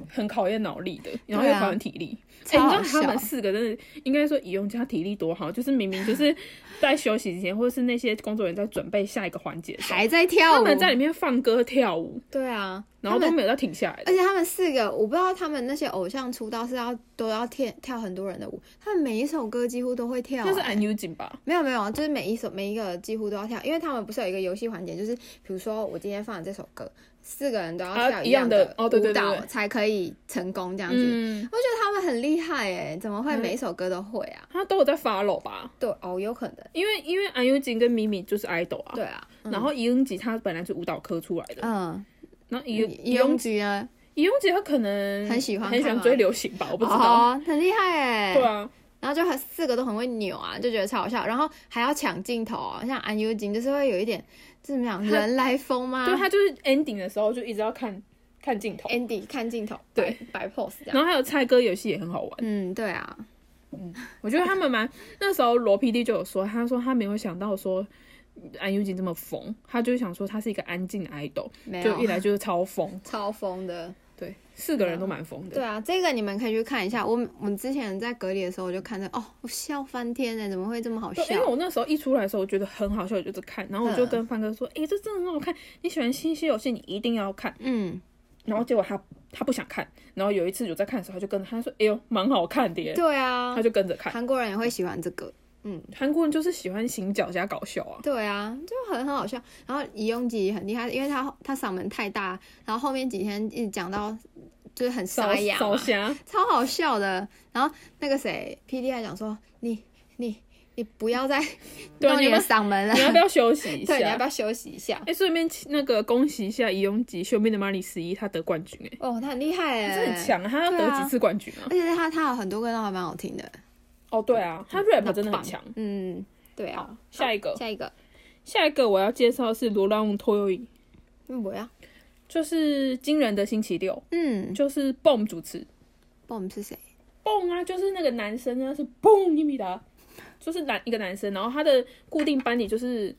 S2: 很考验脑力的，然后又考验体力。哎、
S1: 嗯啊超好
S2: 你知道他们
S1: 笑
S2: 四个真的应该说以用家体力多好，就是明明 就是在休息之前，或者是那些工作人员在准备下一个环节的时候，
S1: 还在跳
S2: 他
S1: 舞，
S2: 们在里面放歌跳舞，
S1: 对啊，
S2: 然后
S1: 他
S2: 都
S1: 们
S2: 没有再停下来的
S1: 而且他们四个，我不知道他们那些偶像出道是要都要跳跳很多人的舞，他们每一首歌几乎都会跳、
S2: 就是
S1: 哎
S2: I'm u 景吧，
S1: 没有没有，啊就是每一首每一个几乎都要跳，因为他们不是有一个游戏环节，就是比如说我今天放的这首歌，四个人都要
S2: 啊
S1: 跳
S2: 一
S1: 样
S2: 样
S1: 的
S2: 的
S1: 舞蹈、
S2: 哦对对对对
S1: 才可以成功这样子。
S2: 嗯，
S1: 我觉得他们很厉害哎，怎么会
S2: 嗯
S1: 每一首歌都会啊？
S2: 他都有在 follow 吧，
S1: 对哦，有可能，
S2: 因为因为 I'm u 景跟米米就是 idol 啊，
S1: 对啊。嗯
S2: 然后伊永吉他本来就舞蹈科出来的，
S1: 嗯，
S2: 然后伊伊
S1: 伊
S2: 永
S1: 永菊呢？
S2: 伊永吉他可能
S1: 很喜欢
S2: 很喜
S1: 看
S2: 欢
S1: 吗
S2: 追流行吧，我不知道，
S1: 哦，很厉害哎。
S2: 对啊，
S1: 然后就很四个都很会扭啊，就觉得超好笑。然后还要抢镜头、哦，像安优金就是会有一点怎么讲，
S2: 他
S1: 人来疯吗？
S2: 就他就是 ending 的时候就一直要看看镜头，
S1: Andy 看镜头，
S2: 对
S1: 摆，摆 pose 这样。
S2: 然后还有猜歌游戏也很好玩。
S1: 嗯，对啊，
S2: 我觉得他 们蛮那时候罗 PD 就有说，他说他没有想到说安ยู锦这么疯，他就想说他是一个安静的 idol，
S1: 没
S2: 就一
S1: 有
S2: 来就是超疯。
S1: 超疯的。
S2: 对，四个人都蛮疯的。
S1: 对啊，这个你们可以去看一下。我我们之前在隔离的时候，我就看着哦，我笑翻天欸了，怎么会这么好笑嗯
S2: 对，？因为我那时候一出来的时候，我觉得很好笑，我就在看，然后我就跟范哥说：“诶、这真的很好看，你喜欢新西游戏，你一定要看。
S1: 嗯，”
S2: 然后结果他他不想看，然后有一次有在看的时候，他就跟着他说：“哎呦，蛮好看的耶。
S1: 对”啊
S2: 他，就跟着看。
S1: 韩国人也会喜欢这个。
S2: 韩国人就是喜欢行脚加搞笑啊，
S1: 对啊，就很很好笑。然后李永吉也很厉害，因为他他嗓门太大，然后后面几天一直讲到就是很
S2: 烧
S1: 沙哑嘛
S2: 烧，虾，
S1: 超好笑的。然后那个谁，P D 还讲说，你你你不要再
S2: 对啊
S1: 动
S2: 你
S1: 你
S2: 要
S1: 的嗓门 了
S2: 你，要不要休息一下？
S1: 对，你要不要休息一下？
S2: 哎、顺便那个恭喜一下伊永吉，秀命的玛丽十一，他得冠军哎、
S1: 哦，他很厉害哎，
S2: 这很强啊！他要
S1: 对
S2: 得
S1: 啊
S2: 几次冠军
S1: 而？
S2: 啊
S1: 且他他有很多歌都还蛮好听的，
S2: 哦，对啊，他 rap
S1: 那
S2: 真的很
S1: 棒
S2: 强。
S1: 嗯，对啊
S2: 好。，下一个，
S1: 下一个，
S2: 下一个我要介绍的是罗拉翁托友影，
S1: 嗯，我要，
S2: 就是惊人的星期六，
S1: 嗯，
S2: 就是 Boom 主持
S1: 我们是谁？
S2: ，Boom 啊，就是那个男生呢是 Boom 伊米达，啊就是男一个男生，然后他的固定班底就是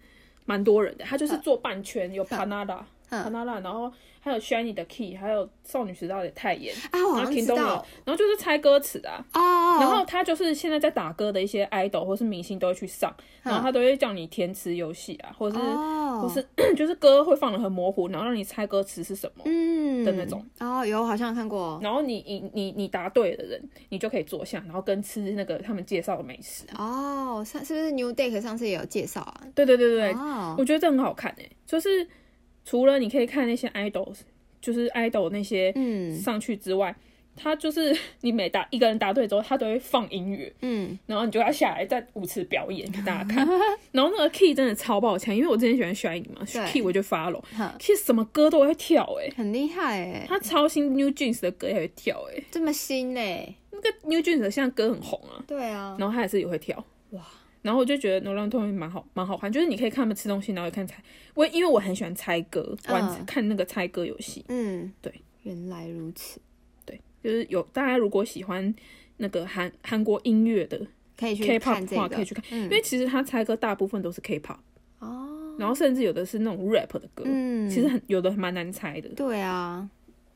S2: 蛮多人的，他就是做半圈，有 Panada。
S1: 嗯，
S2: Panada，然后还有 Shiny 的 Key，还有少女时代的泰妍，
S1: 啊，我
S2: 然
S1: 好
S2: 后
S1: 像知
S2: Kingdom
S1: 道
S2: 的，然后就是猜歌词的啊，
S1: 哦哦，
S2: 然后他就是现在在打歌的一些 idol 或是明星都会去上，然后他都会叫你填词游戏啊，或者是、
S1: 嗯哦，
S2: 或是 就是歌会放的很模糊，然后让你猜歌词是什么。
S1: 嗯
S2: 的那种。
S1: 哦，有好像看过
S2: 然后你你你你答对的人，你就可以坐下，然后跟吃那个他们介绍的美食。
S1: 哦，上是不是 New Day 上次也有介绍啊？
S2: 对对对对，
S1: 哦，
S2: 我觉得这很好看诶、就是除了你可以看那些 idol，就是 idol 那些
S1: 嗯
S2: 上去之外，他就是 你每答一个人答对之后，他都会放音乐，
S1: 嗯，
S2: 然后你就要下来在舞池表演给大家 看。然后那个 key 真的超爆强，因为我之前喜欢 Shiny 嘛
S1: 对
S2: ，key 我就 follow
S1: 哼
S2: key 什么歌都会跳哎、欸，
S1: 很厉害哎，
S2: 他超新 New Jeans 的歌也会跳哎、欸，
S1: 这么新嘞，
S2: 那个 New Jeans 的现在歌很红啊，
S1: 对啊，
S2: 然后他也是也会跳
S1: 哇。
S2: 然后我就觉得《流浪动物园》蛮好，蛮好看，就是你可以看他们吃东西，然后也看猜。我因为我很喜欢猜歌，玩、
S1: 嗯
S2: 看那个猜歌游戏，
S1: 嗯，
S2: 对，
S1: 原来如此，
S2: 就是有大家如果喜欢那个韩韩国音乐的
S1: 可以去看
S2: K-pop
S1: 这
S2: 的话，
S1: 个，
S2: 可以去看，
S1: 嗯
S2: 因为其实他猜歌大部分都是 K-pop。
S1: 哦。
S2: 然后甚至有的是那种 rap 的歌，
S1: 嗯，
S2: 其实很有的蛮难猜的。
S1: 对啊，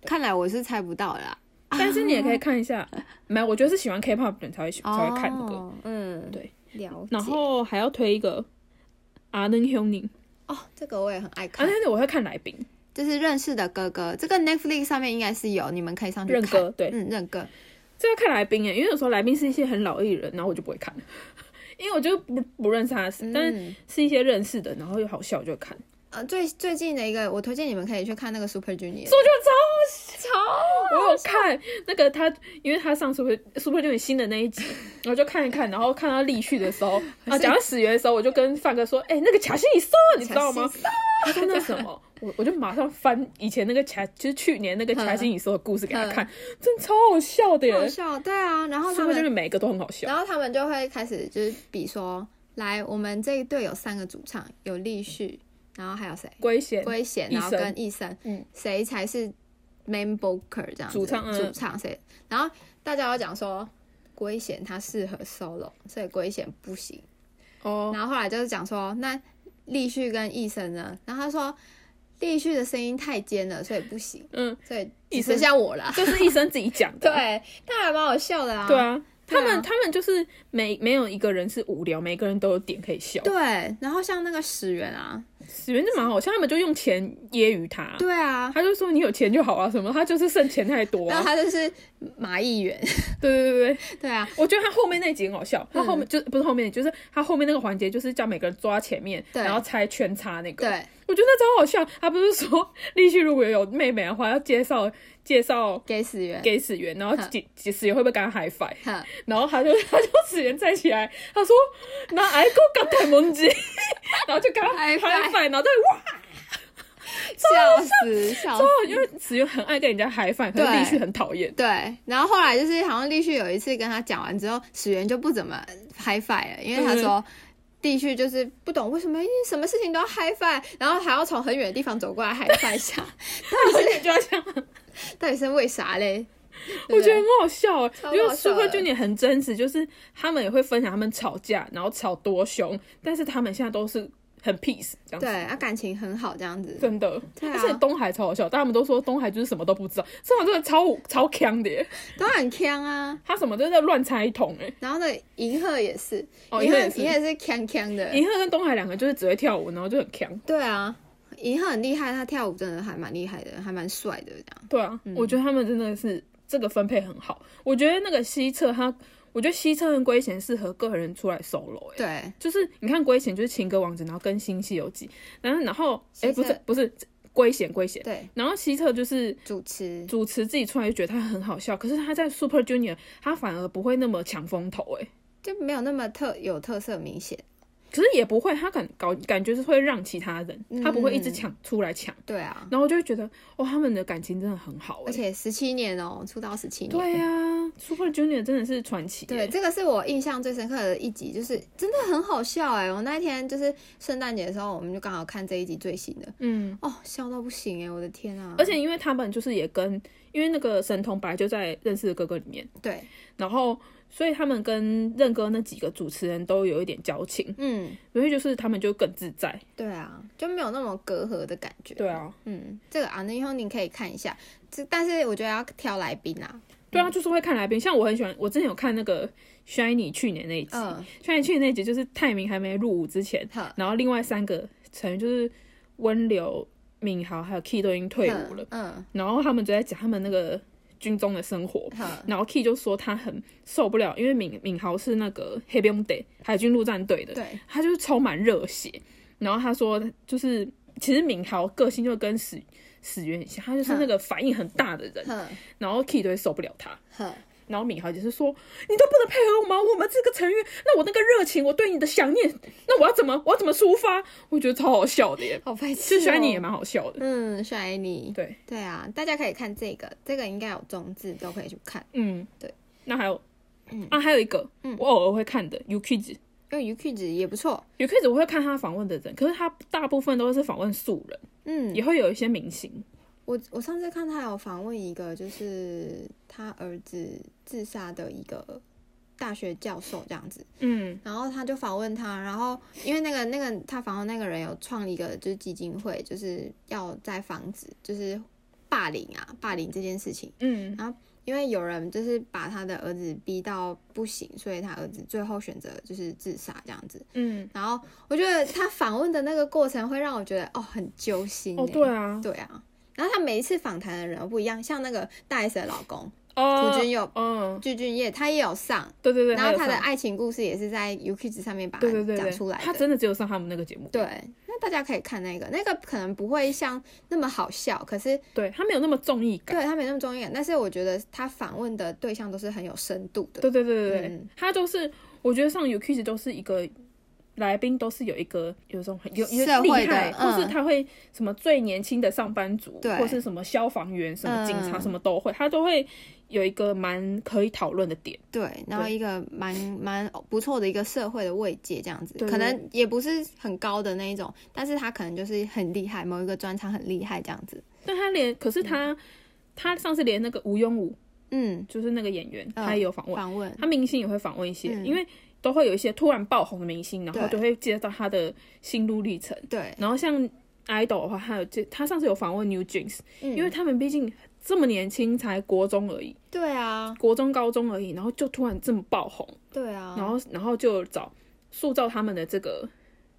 S1: 看来我是猜不到啦。
S2: 但是你也可以看 一下，没有，我觉得是喜欢 K-pop 的人才会喜才会看的歌。
S1: 哦，嗯，
S2: 对，
S1: 了解。
S2: 然后还要推一个 a r n e n h u n i n
S1: 哦，这个我也很爱
S2: a r
S1: 看
S2: n e，n 我会看来宾
S1: 就是认识的哥哥，这个 Netflix 上面应该是有，你们可以上去
S2: 认
S1: 看。
S2: 歌，对，
S1: 嗯，认哥，
S2: 这要看来宾哎，因为有时候来宾是一些很老艺人，然后我就不会看， 因为我就不不认识他的事，但是
S1: 嗯，
S2: 是一些认识的，然后又好笑我就看。
S1: 呃，最最近的一个，我推荐你们可以去看那个 Super Junior，
S2: 我就
S1: 超
S2: 我有看那个他，因为他上 Super Super Junior 新的那一集，我就看一看，然后看到立旭的时 候，啊，讲到始源的时候，我就跟范哥说，哎、那个卡西里说，你知道吗？？他说那什么， 我我就马上翻以前那个卡，就是去年那个卡西里说的故事给他看，真嗯超好笑的耶
S1: 好笑，对啊，然后他
S2: ，Super
S1: 们
S2: Junior 每个都很好笑。
S1: 然后他们就会开始就是比说，来，我们这一队有三个主唱，有立旭，然后还有谁？
S2: 龟贤，
S1: 圭贤，
S2: 嗯医
S1: 然后
S2: 生
S1: 跟医生，
S2: 嗯
S1: 谁才是 main vocal 这样子
S2: 主唱嗯
S1: 主唱谁？然后大家都讲说圭贤他适合 solo，所以圭贤不行。
S2: 哦，
S1: 然后后来就是讲说，那立旭跟医生呢？然后他说立旭的声音太尖了，所以不行，
S2: 嗯，
S1: 所以
S2: 义
S1: 只
S2: 生
S1: 剩下我了。
S2: 这是医生自己讲 的，
S1: 对，但还蛮好笑的啊。
S2: 对啊，
S1: 对
S2: 他
S1: 啊
S2: 们他们就是没没有一个人是无聊，每个人都有点可以笑。
S1: 对，然后像那个始源啊，
S2: 史源就蛮好笑，他们就用钱揶揄他，
S1: 对啊，
S2: 他就说你有钱就好啊，什么他就是剩钱太多、
S1: 然后 他
S2: 啊。
S1: 就是马议员，
S2: 对对对对，
S1: 对啊，
S2: 我觉得他后面那集很好笑，他
S1: 嗯
S2: 后面就不是后面，就是他后面那个环节，就是叫每个人抓前面，
S1: 对
S2: 然后猜圈叉那个。
S1: 对，
S2: 我觉得那超好笑。他不是说立旭如果有妹妹的话，要介绍介绍
S1: 给始源，
S2: 给史源，然后
S1: 哼
S2: 几几史源会不会跟他 high five？
S1: 哼
S2: 然后他就他就史源站起来，他说那挨个刚太 蒙鸡，然后就跟他
S1: high
S2: high
S1: five
S2: five，然后就哇。
S1: 笑死，笑死。
S2: 哦，因为子源很爱跟人家嗨饭，可是
S1: 对
S2: 立旭很讨 厌。
S1: 对，然后后来就是好像立旭有一次跟他讲完之后，始源就不怎么嗨 i 了，因为他说立旭就是不懂为什么什么事情都要嗨 i 然后还要从很远的地方走过来嗨 i 一下，
S2: 我也就要这样，
S1: 到底是为啥嘞？对不
S2: 我觉
S1: 对
S2: 得很好笑欸，
S1: 超好笑的
S2: 因为 Super Junior 很真实，就是他们也会分享他们吵架，然后吵多凶，但是他们现在都是很 peace 这
S1: 对
S2: 样子。
S1: 啊，感情很好这样子，
S2: 真的，
S1: 对啊
S2: 而且东海超好笑，但他们都说东海就是什么都不知道，东海真的超超强的耶，
S1: 都很强啊。
S2: 他什么都在乱猜一通哎。
S1: 然后呢，银赫也是，
S2: 哦，
S1: 银
S2: 银
S1: 赫
S2: 赫也是，
S1: 银赫是强强的，
S2: 银赫跟东海两个就是只会跳舞，然后就很强。
S1: 对啊，银赫很厉害，他跳舞真的还蛮厉害的，还蛮帅的这样。
S2: 对啊，我觉得他们真的是这个分配很好。我觉得那个西侧他，我觉得西侧跟龟贤适合个人出来 solo 哎、
S1: 对，
S2: 就是你看龟贤就是情歌王子，然后跟新西游记，然后然后哎、
S1: 西
S2: 不
S1: 侧
S2: 是不是龟贤龟贤，
S1: 对，
S2: 然后西侧就是
S1: 主持，
S2: 主持自己出来就觉得他很好笑，可是他在 Super Junior 他反而不会那么抢风头哎、
S1: 就没有那么特有特色明显。
S2: 可是也不会，他感搞感觉是会让其他人，他不会一直
S1: 嗯
S2: 抢出来抢，
S1: 对啊，
S2: 然后我就会觉得哇，他们的感情真的很好
S1: 而
S2: 哎、
S1: 且十七年哦、出道十七年。
S2: 对啊，Super Junior 真的是传奇、
S1: 对，这个是我印象最深刻的一集，就是真的很好笑哎、我那一天就是圣诞节的时候，我们就刚好看这一集最新的，
S2: 嗯，
S1: 哦，笑到不行哎、我的天啊！
S2: 而且因为他们就是也跟，因为那个神童本来就在认识的哥哥里面，
S1: 对，
S2: 然后所以他们跟任哥那几个主持人都有一点交情，
S1: 嗯，
S2: 所以就是他们就更自在。
S1: 对啊，就没有那种隔阂的感觉。
S2: 对，啊，
S1: 嗯，这个啊，那以后你可以看一下，这但是我觉得要挑来宾啊，
S2: 对啊，就是会看来宾。像我很喜欢，我之前有看那个 Shiny 去年那一集、
S1: 嗯，
S2: s h i n y 去年那一集就是泰明还没入伍之前，
S1: 好，
S2: 然后另外三个成员就是温流、敏豪还有 Key 都已经退伍了，
S1: 嗯，
S2: 然后他们就在讲他们那个军中的生活。
S1: 嗯，好，
S2: 然后 Key 就说他很受不了，因为敏敏豪是那个黑边队海军陆战队的，
S1: 对，
S2: 他就是充满热血。然后他说，就是其实敏豪个性就跟史史源很像，他就是那个反应很大的人，
S1: 哼
S2: 然后 Key 都会受不了他。
S1: 哼，
S2: 然后敏豪就是说，你都不能配合我吗？我们这个成员，那我那个热情，我对你的想念，那我要怎么，我要怎么抒发？我觉得超好笑的耶，
S1: 好白痴、
S2: 其
S1: 哦，
S2: 实虽然你也蛮好笑的，
S1: 嗯，帅你。
S2: 对，
S1: 对啊，大家可以看这个，这个应该有中字都可以去看，
S2: 嗯，
S1: 对。
S2: 那还有，啊，还有一个，我偶尔会看的 UKG，
S1: 因为 UQ 值也不错。
S2: 有 K 子我会看他访问的人，可是他大部分都是访问素人，
S1: 嗯，
S2: 也会有一些明星。
S1: 我我上次看他有访问一个，就是他儿子自杀的一个大学教授这样子，
S2: 嗯
S1: 然后他就访问他，然后因为那个那个他访问那个人有创一个就是基金会，就是要在防止就是霸凌啊霸凌这件事情，
S2: 嗯
S1: 因为有人就是把他的儿子逼到不行，所以他儿子最后选择就是自杀这样子。
S2: 嗯，
S1: 然后我觉得他访问的那个过程会让我觉得哦很揪心、欸。
S2: 哦，对啊，
S1: 对啊。然后他每一次访谈的人都不一样，像那个大 S 的老公
S2: 哦，
S1: 胡军佑、
S2: 嗯，
S1: 具俊晔，他也有上，
S2: 对对对，
S1: 然后
S2: 有
S1: 他的
S2: 上
S1: 爱情故事也是在 U Kids 上面把它
S2: 对对对
S1: 讲
S2: 对
S1: 出来
S2: 他
S1: 的。
S2: 真的只有上他们那个节目，
S1: 对，那大家可以看那个，那个可能不会像那么好笑，可是
S2: 对他没有那么综艺感，
S1: 对他没那么综艺感，但是我觉得他访问的对象都是很有深度的。
S2: 对对对对对
S1: 嗯，
S2: 他就是我觉得上 U Q 都是一个。来宾都是有一个有一种很有有
S1: 社
S2: 厉
S1: 会的
S2: 害，
S1: 嗯
S2: 或是他会什么最年轻的上班族，
S1: 对
S2: 或是什么消防员、什么警察、
S1: 嗯
S2: 什么都会，他都会有一个蛮可以讨论的点。
S1: 对，然后
S2: 对
S1: 一个蛮蛮不错的一个社会的慰藉，这样子，
S2: 对
S1: 可能也不是很高的那一种，但是他可能就是很厉害，某一个专长很厉害这样子。
S2: 但他连，可是他、他上次连那个吴庸武，
S1: 嗯，
S2: 就是那个演员，
S1: 嗯
S2: 他也有访问，
S1: 访问，
S2: 他明星也会访问一些，
S1: 嗯
S2: 因为都会有一些突然爆红的明星，然后
S1: 对
S2: 就会介绍他的心路历程。
S1: 对，
S2: 然后像 idol 的话，他有介，他上次有访问 New Jeans，、
S1: 嗯
S2: 因为他们毕竟这么年轻，才国中而已，
S1: 对啊，
S2: 国中高中而已，然后就突然这么爆红，
S1: 对啊，
S2: 然后然后就找塑造他们的这个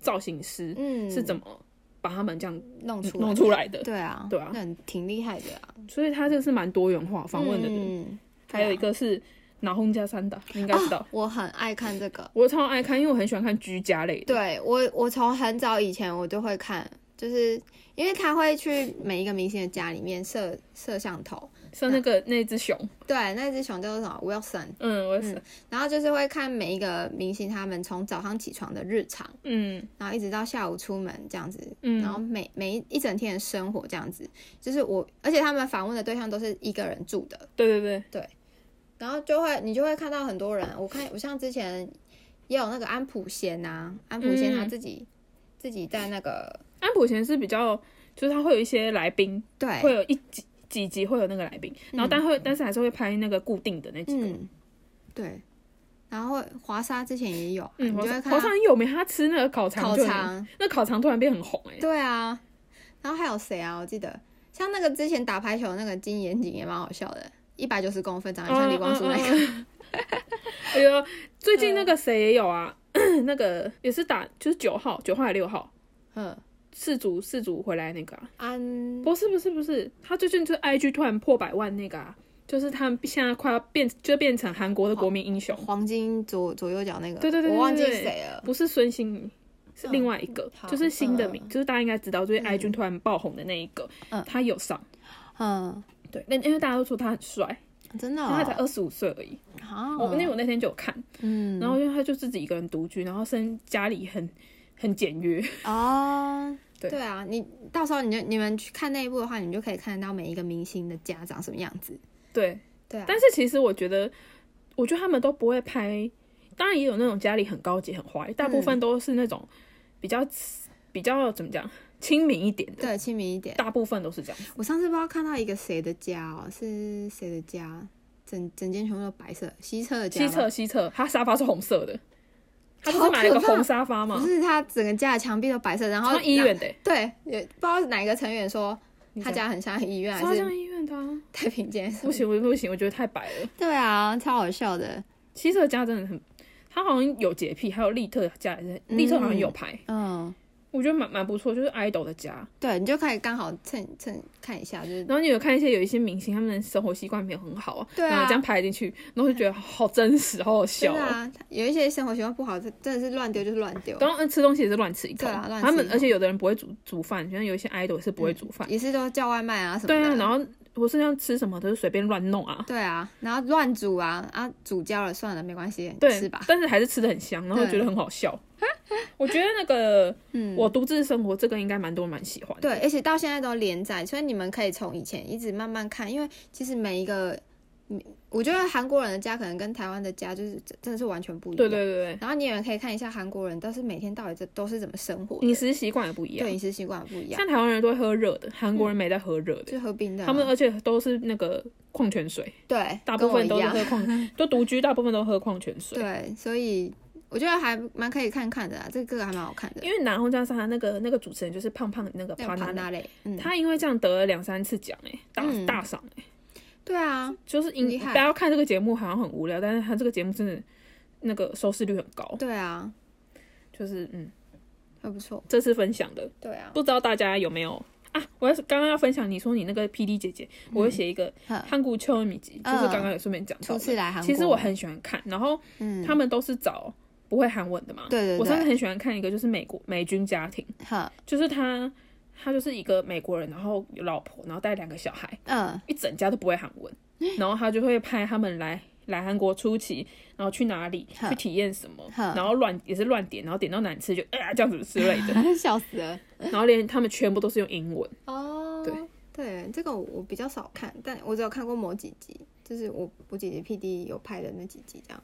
S2: 造型师、
S1: 嗯
S2: 是怎
S1: 么
S2: 么把他们这样
S1: 弄出
S2: 弄出来的，
S1: 对啊，
S2: 对啊
S1: 那很挺厉害的啊，
S2: 所以他这个是蛮多元化访问的人。
S1: 嗯，
S2: 还有一个是脑轰加三打，你应该知
S1: 对
S2: 道。
S1: 啊我很爱看这个，
S2: 我超爱看，因为我很喜欢看居家类的。
S1: 对我我从很早以前我就会看，就是因为他会去每一个明星的家里面摄摄像头，
S2: 像那个那只熊，
S1: 对，那只熊叫做什么 Wilson。
S2: 嗯，我是，
S1: 然后就是会看每一个明星他们从早上起床的日常，
S2: 嗯
S1: 然后一直到下午出门这样子，
S2: 嗯
S1: 然后每每一一整天的生活这样子，就是我，而且他们访问的对象都是一个人住的，
S2: 对对对，
S1: 然后就会你就会看到很多人，我看我像之前也有那个安普贤呐、安普贤他
S2: 嗯
S1: 自己、自己在那个
S2: 安普贤是比较，就是他会有一些来宾，会
S1: 对，
S2: 有一几几集会有那个来宾，然后但会但是还是会拍那个固定的那几个。
S1: 嗯，对，然后华沙之前也有啊，
S2: 嗯，
S1: 你
S2: 好
S1: 就会
S2: 像
S1: 看
S2: 好
S1: 到
S2: 像有没他吃那个烤肠，
S1: 烤
S2: 就很，
S1: 肠，
S2: 那烤肠突然变很红 哎，
S1: 对啊，然后还有谁啊？我记得像那个之前打排球那个金妍景也蛮好笑的，一百九十公分，长得
S2: 嗯
S1: 像李光洙那个。
S2: 个。哎呦，最近
S1: 嗯
S2: 那个谁也有啊， 那个也是打就是九号，九号还六号，
S1: 嗯，
S2: 四组四组回来那个啊，
S1: 安
S2: 不是不是不是，他最近就 IG 突然破百万那个啊，就是他现在快要变，就变成韩国的国民英雄，
S1: 黄金左左右脚那个，
S2: 对对对对
S1: 我忘记
S2: 对对
S1: 谁了。
S2: 不是孙兴慜，是
S1: 嗯
S2: 另外一个，
S1: 好
S2: 就是新的名，
S1: 嗯
S2: 就是大家应该知道，就是 IG 突然爆红的那一个，
S1: 嗯
S2: 他有上，
S1: 嗯，
S2: 对，那因为大家都说他很帅，
S1: 真的、
S2: 因为他才
S1: 哦。
S2: 二十五岁而已，
S1: 啊
S2: 我那我那天就有看，
S1: 嗯，
S2: 然后因为他就自己一个人独居，然后生家里很很简约，
S1: 哦，
S2: 对
S1: 对啊，你到时候你就你们去看那一部的话，你就可以看得到每一个明星的家长什么样子。
S2: 对，
S1: 对啊，
S2: 但是其实我觉得，我觉得他们都不会拍，当然也有那种家里很高级、很华丽，大部
S1: 嗯
S2: 分都是那种比较、比较怎么讲亲民一点的，
S1: 对亲民一点。
S2: 大部分都是这样。
S1: 我上次不知道看到一个谁的家哦，是谁的家？整整间全部都白色，西侧的家
S2: 西
S1: 吗。
S2: 侧西侧，他沙发是红色的，他不
S1: 好
S2: 是买了一个
S1: 可怕
S2: 红沙发
S1: 不
S2: 吗？
S1: 是，他整个家的墙壁都白色，然后
S2: 像医院的、欸
S1: 对，也不知道哪一个成员说
S2: 你
S1: 他
S2: 讲
S1: 家很像医院
S2: 超
S1: 还是
S2: 像医院的、啊，
S1: 太平间什
S2: 不
S1: 么。
S2: 行，我不行，我觉得太白了。
S1: 对啊，超好笑的。
S2: 西侧家真的很，他好像有洁癖，还有利特家也是，
S1: 嗯
S2: 利特好像有拍，
S1: 嗯，
S2: 我觉得蛮蛮不错，就是 idol 的家。
S1: 对，你就可以刚好趁趁看一下，就是
S2: 然后你有看一些有一些明星，他们的生活习惯没有很好啊，
S1: 对啊
S2: 然后这样拍进去，然后就觉得好真实，好好笑
S1: 真的
S2: 哦、
S1: 啊，有一些生活习惯不好，真的是乱丢就是乱丢，
S2: 然后嗯吃东西也是乱吃一通，
S1: 对啊乱吃一通嗯
S2: 他们而且有的人不会煮煮饭，像有一些 idol 是不会煮饭，
S1: 也是都叫外卖啊什么的。
S2: 对啊，然后不是要吃什么都是随便乱弄啊，
S1: 对啊，然后乱煮啊啊，煮焦了算了，没关系，
S2: 对
S1: 吃吧，。
S2: 但是还是吃的很香，然后
S1: 对
S2: 觉得很好笑。 我觉得那个
S1: 嗯，
S2: 我独自生活这个应该蛮多人蛮喜欢的，
S1: 对，而且到现在都连载，所以你们可以从以前一直慢慢看，因为其实每一个我觉得韩国人的家可能跟台湾的家就是真真的是完全不一样。
S2: 对对对对，
S1: 然后你也可以看一下韩国人，都是每天到底这都是怎么生活的，
S2: 饮食习惯也不一样
S1: 对。饮食习惯不一样，
S2: 像台湾人都会喝热的，韩国人没在喝热的，
S1: 就喝冰的啊、
S2: 他们而且都是那个矿泉水，
S1: 对，
S2: 大
S1: 跟我
S2: 部分
S1: 一
S2: 都是
S1: 样
S2: 喝 矿，都独居，大部分都喝矿泉水。
S1: 对，所以我觉得还蛮可以看看的啊，这个还蛮好看的。
S2: 因为南红加上他那个那个主持人就是胖胖的那个
S1: 那
S2: 帕
S1: 个
S2: 纳
S1: 帕
S2: 纳，
S1: 纳类，嗯，
S2: 他因为这样得了两三次奖哎、大、
S1: 嗯
S2: 大赏哎、
S1: 对啊，
S2: 就是因
S1: 厉害
S2: 大家看这个节目好像很无聊，但是他这个节目真的那个收视率很高，
S1: 对啊，
S2: 就是嗯，
S1: 还不错，
S2: 这次分享的，
S1: 对啊，
S2: 不知道大家有没有啊？我要是刚刚要分享，你说你那个 PD 姐姐，
S1: 嗯
S2: 我会写一个
S1: 哼
S2: 汉古秋米集，就是刚刚有顺便讲到
S1: 初次
S2: 的。
S1: 嗯来韩国，
S2: 其实我很喜欢看，然后
S1: 嗯，
S2: 他们都是找不会韩文的嘛。
S1: 对对对
S2: 我真的很喜欢看一个，就是美国美军家庭，
S1: 哼，
S2: 就是他他就是一个美国人，然后有老婆，然后带两个小孩，
S1: 嗯，
S2: 一整家都不会韩文，然后他就会派他们来来韩国出奇，然后去哪里
S1: 哼
S2: 去体验什么，
S1: 哼
S2: 然后乱也是乱点，然后点到难吃就啊、这样子之类的，
S1: 笑死了。
S2: 然后连他们全部都是用英文，
S1: 哦，
S2: 对
S1: 对，这个我我比较少看，但我只有看过某几集，就是我我姐姐 P D 有拍的那几集这样。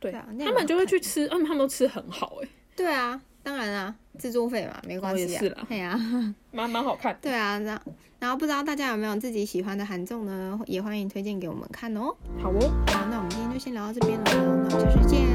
S2: 对
S1: 啊，那也
S2: 他
S1: 蛮
S2: 们
S1: 好
S2: 就会
S1: 看
S2: 去吃，嗯，他们都吃很好哎、
S1: 对啊，当然啊，制作费嘛，没关
S2: 哦也
S1: 系啊。
S2: 是啦
S1: 对啊，
S2: 蛮蛮好看的。
S1: 对啊，然后然后不知道大家有没有自己喜欢的韩综呢？也欢迎推荐给我们看哦。
S2: 好哦。
S1: 好，那我们今天就先聊到这边了，那我们下次见，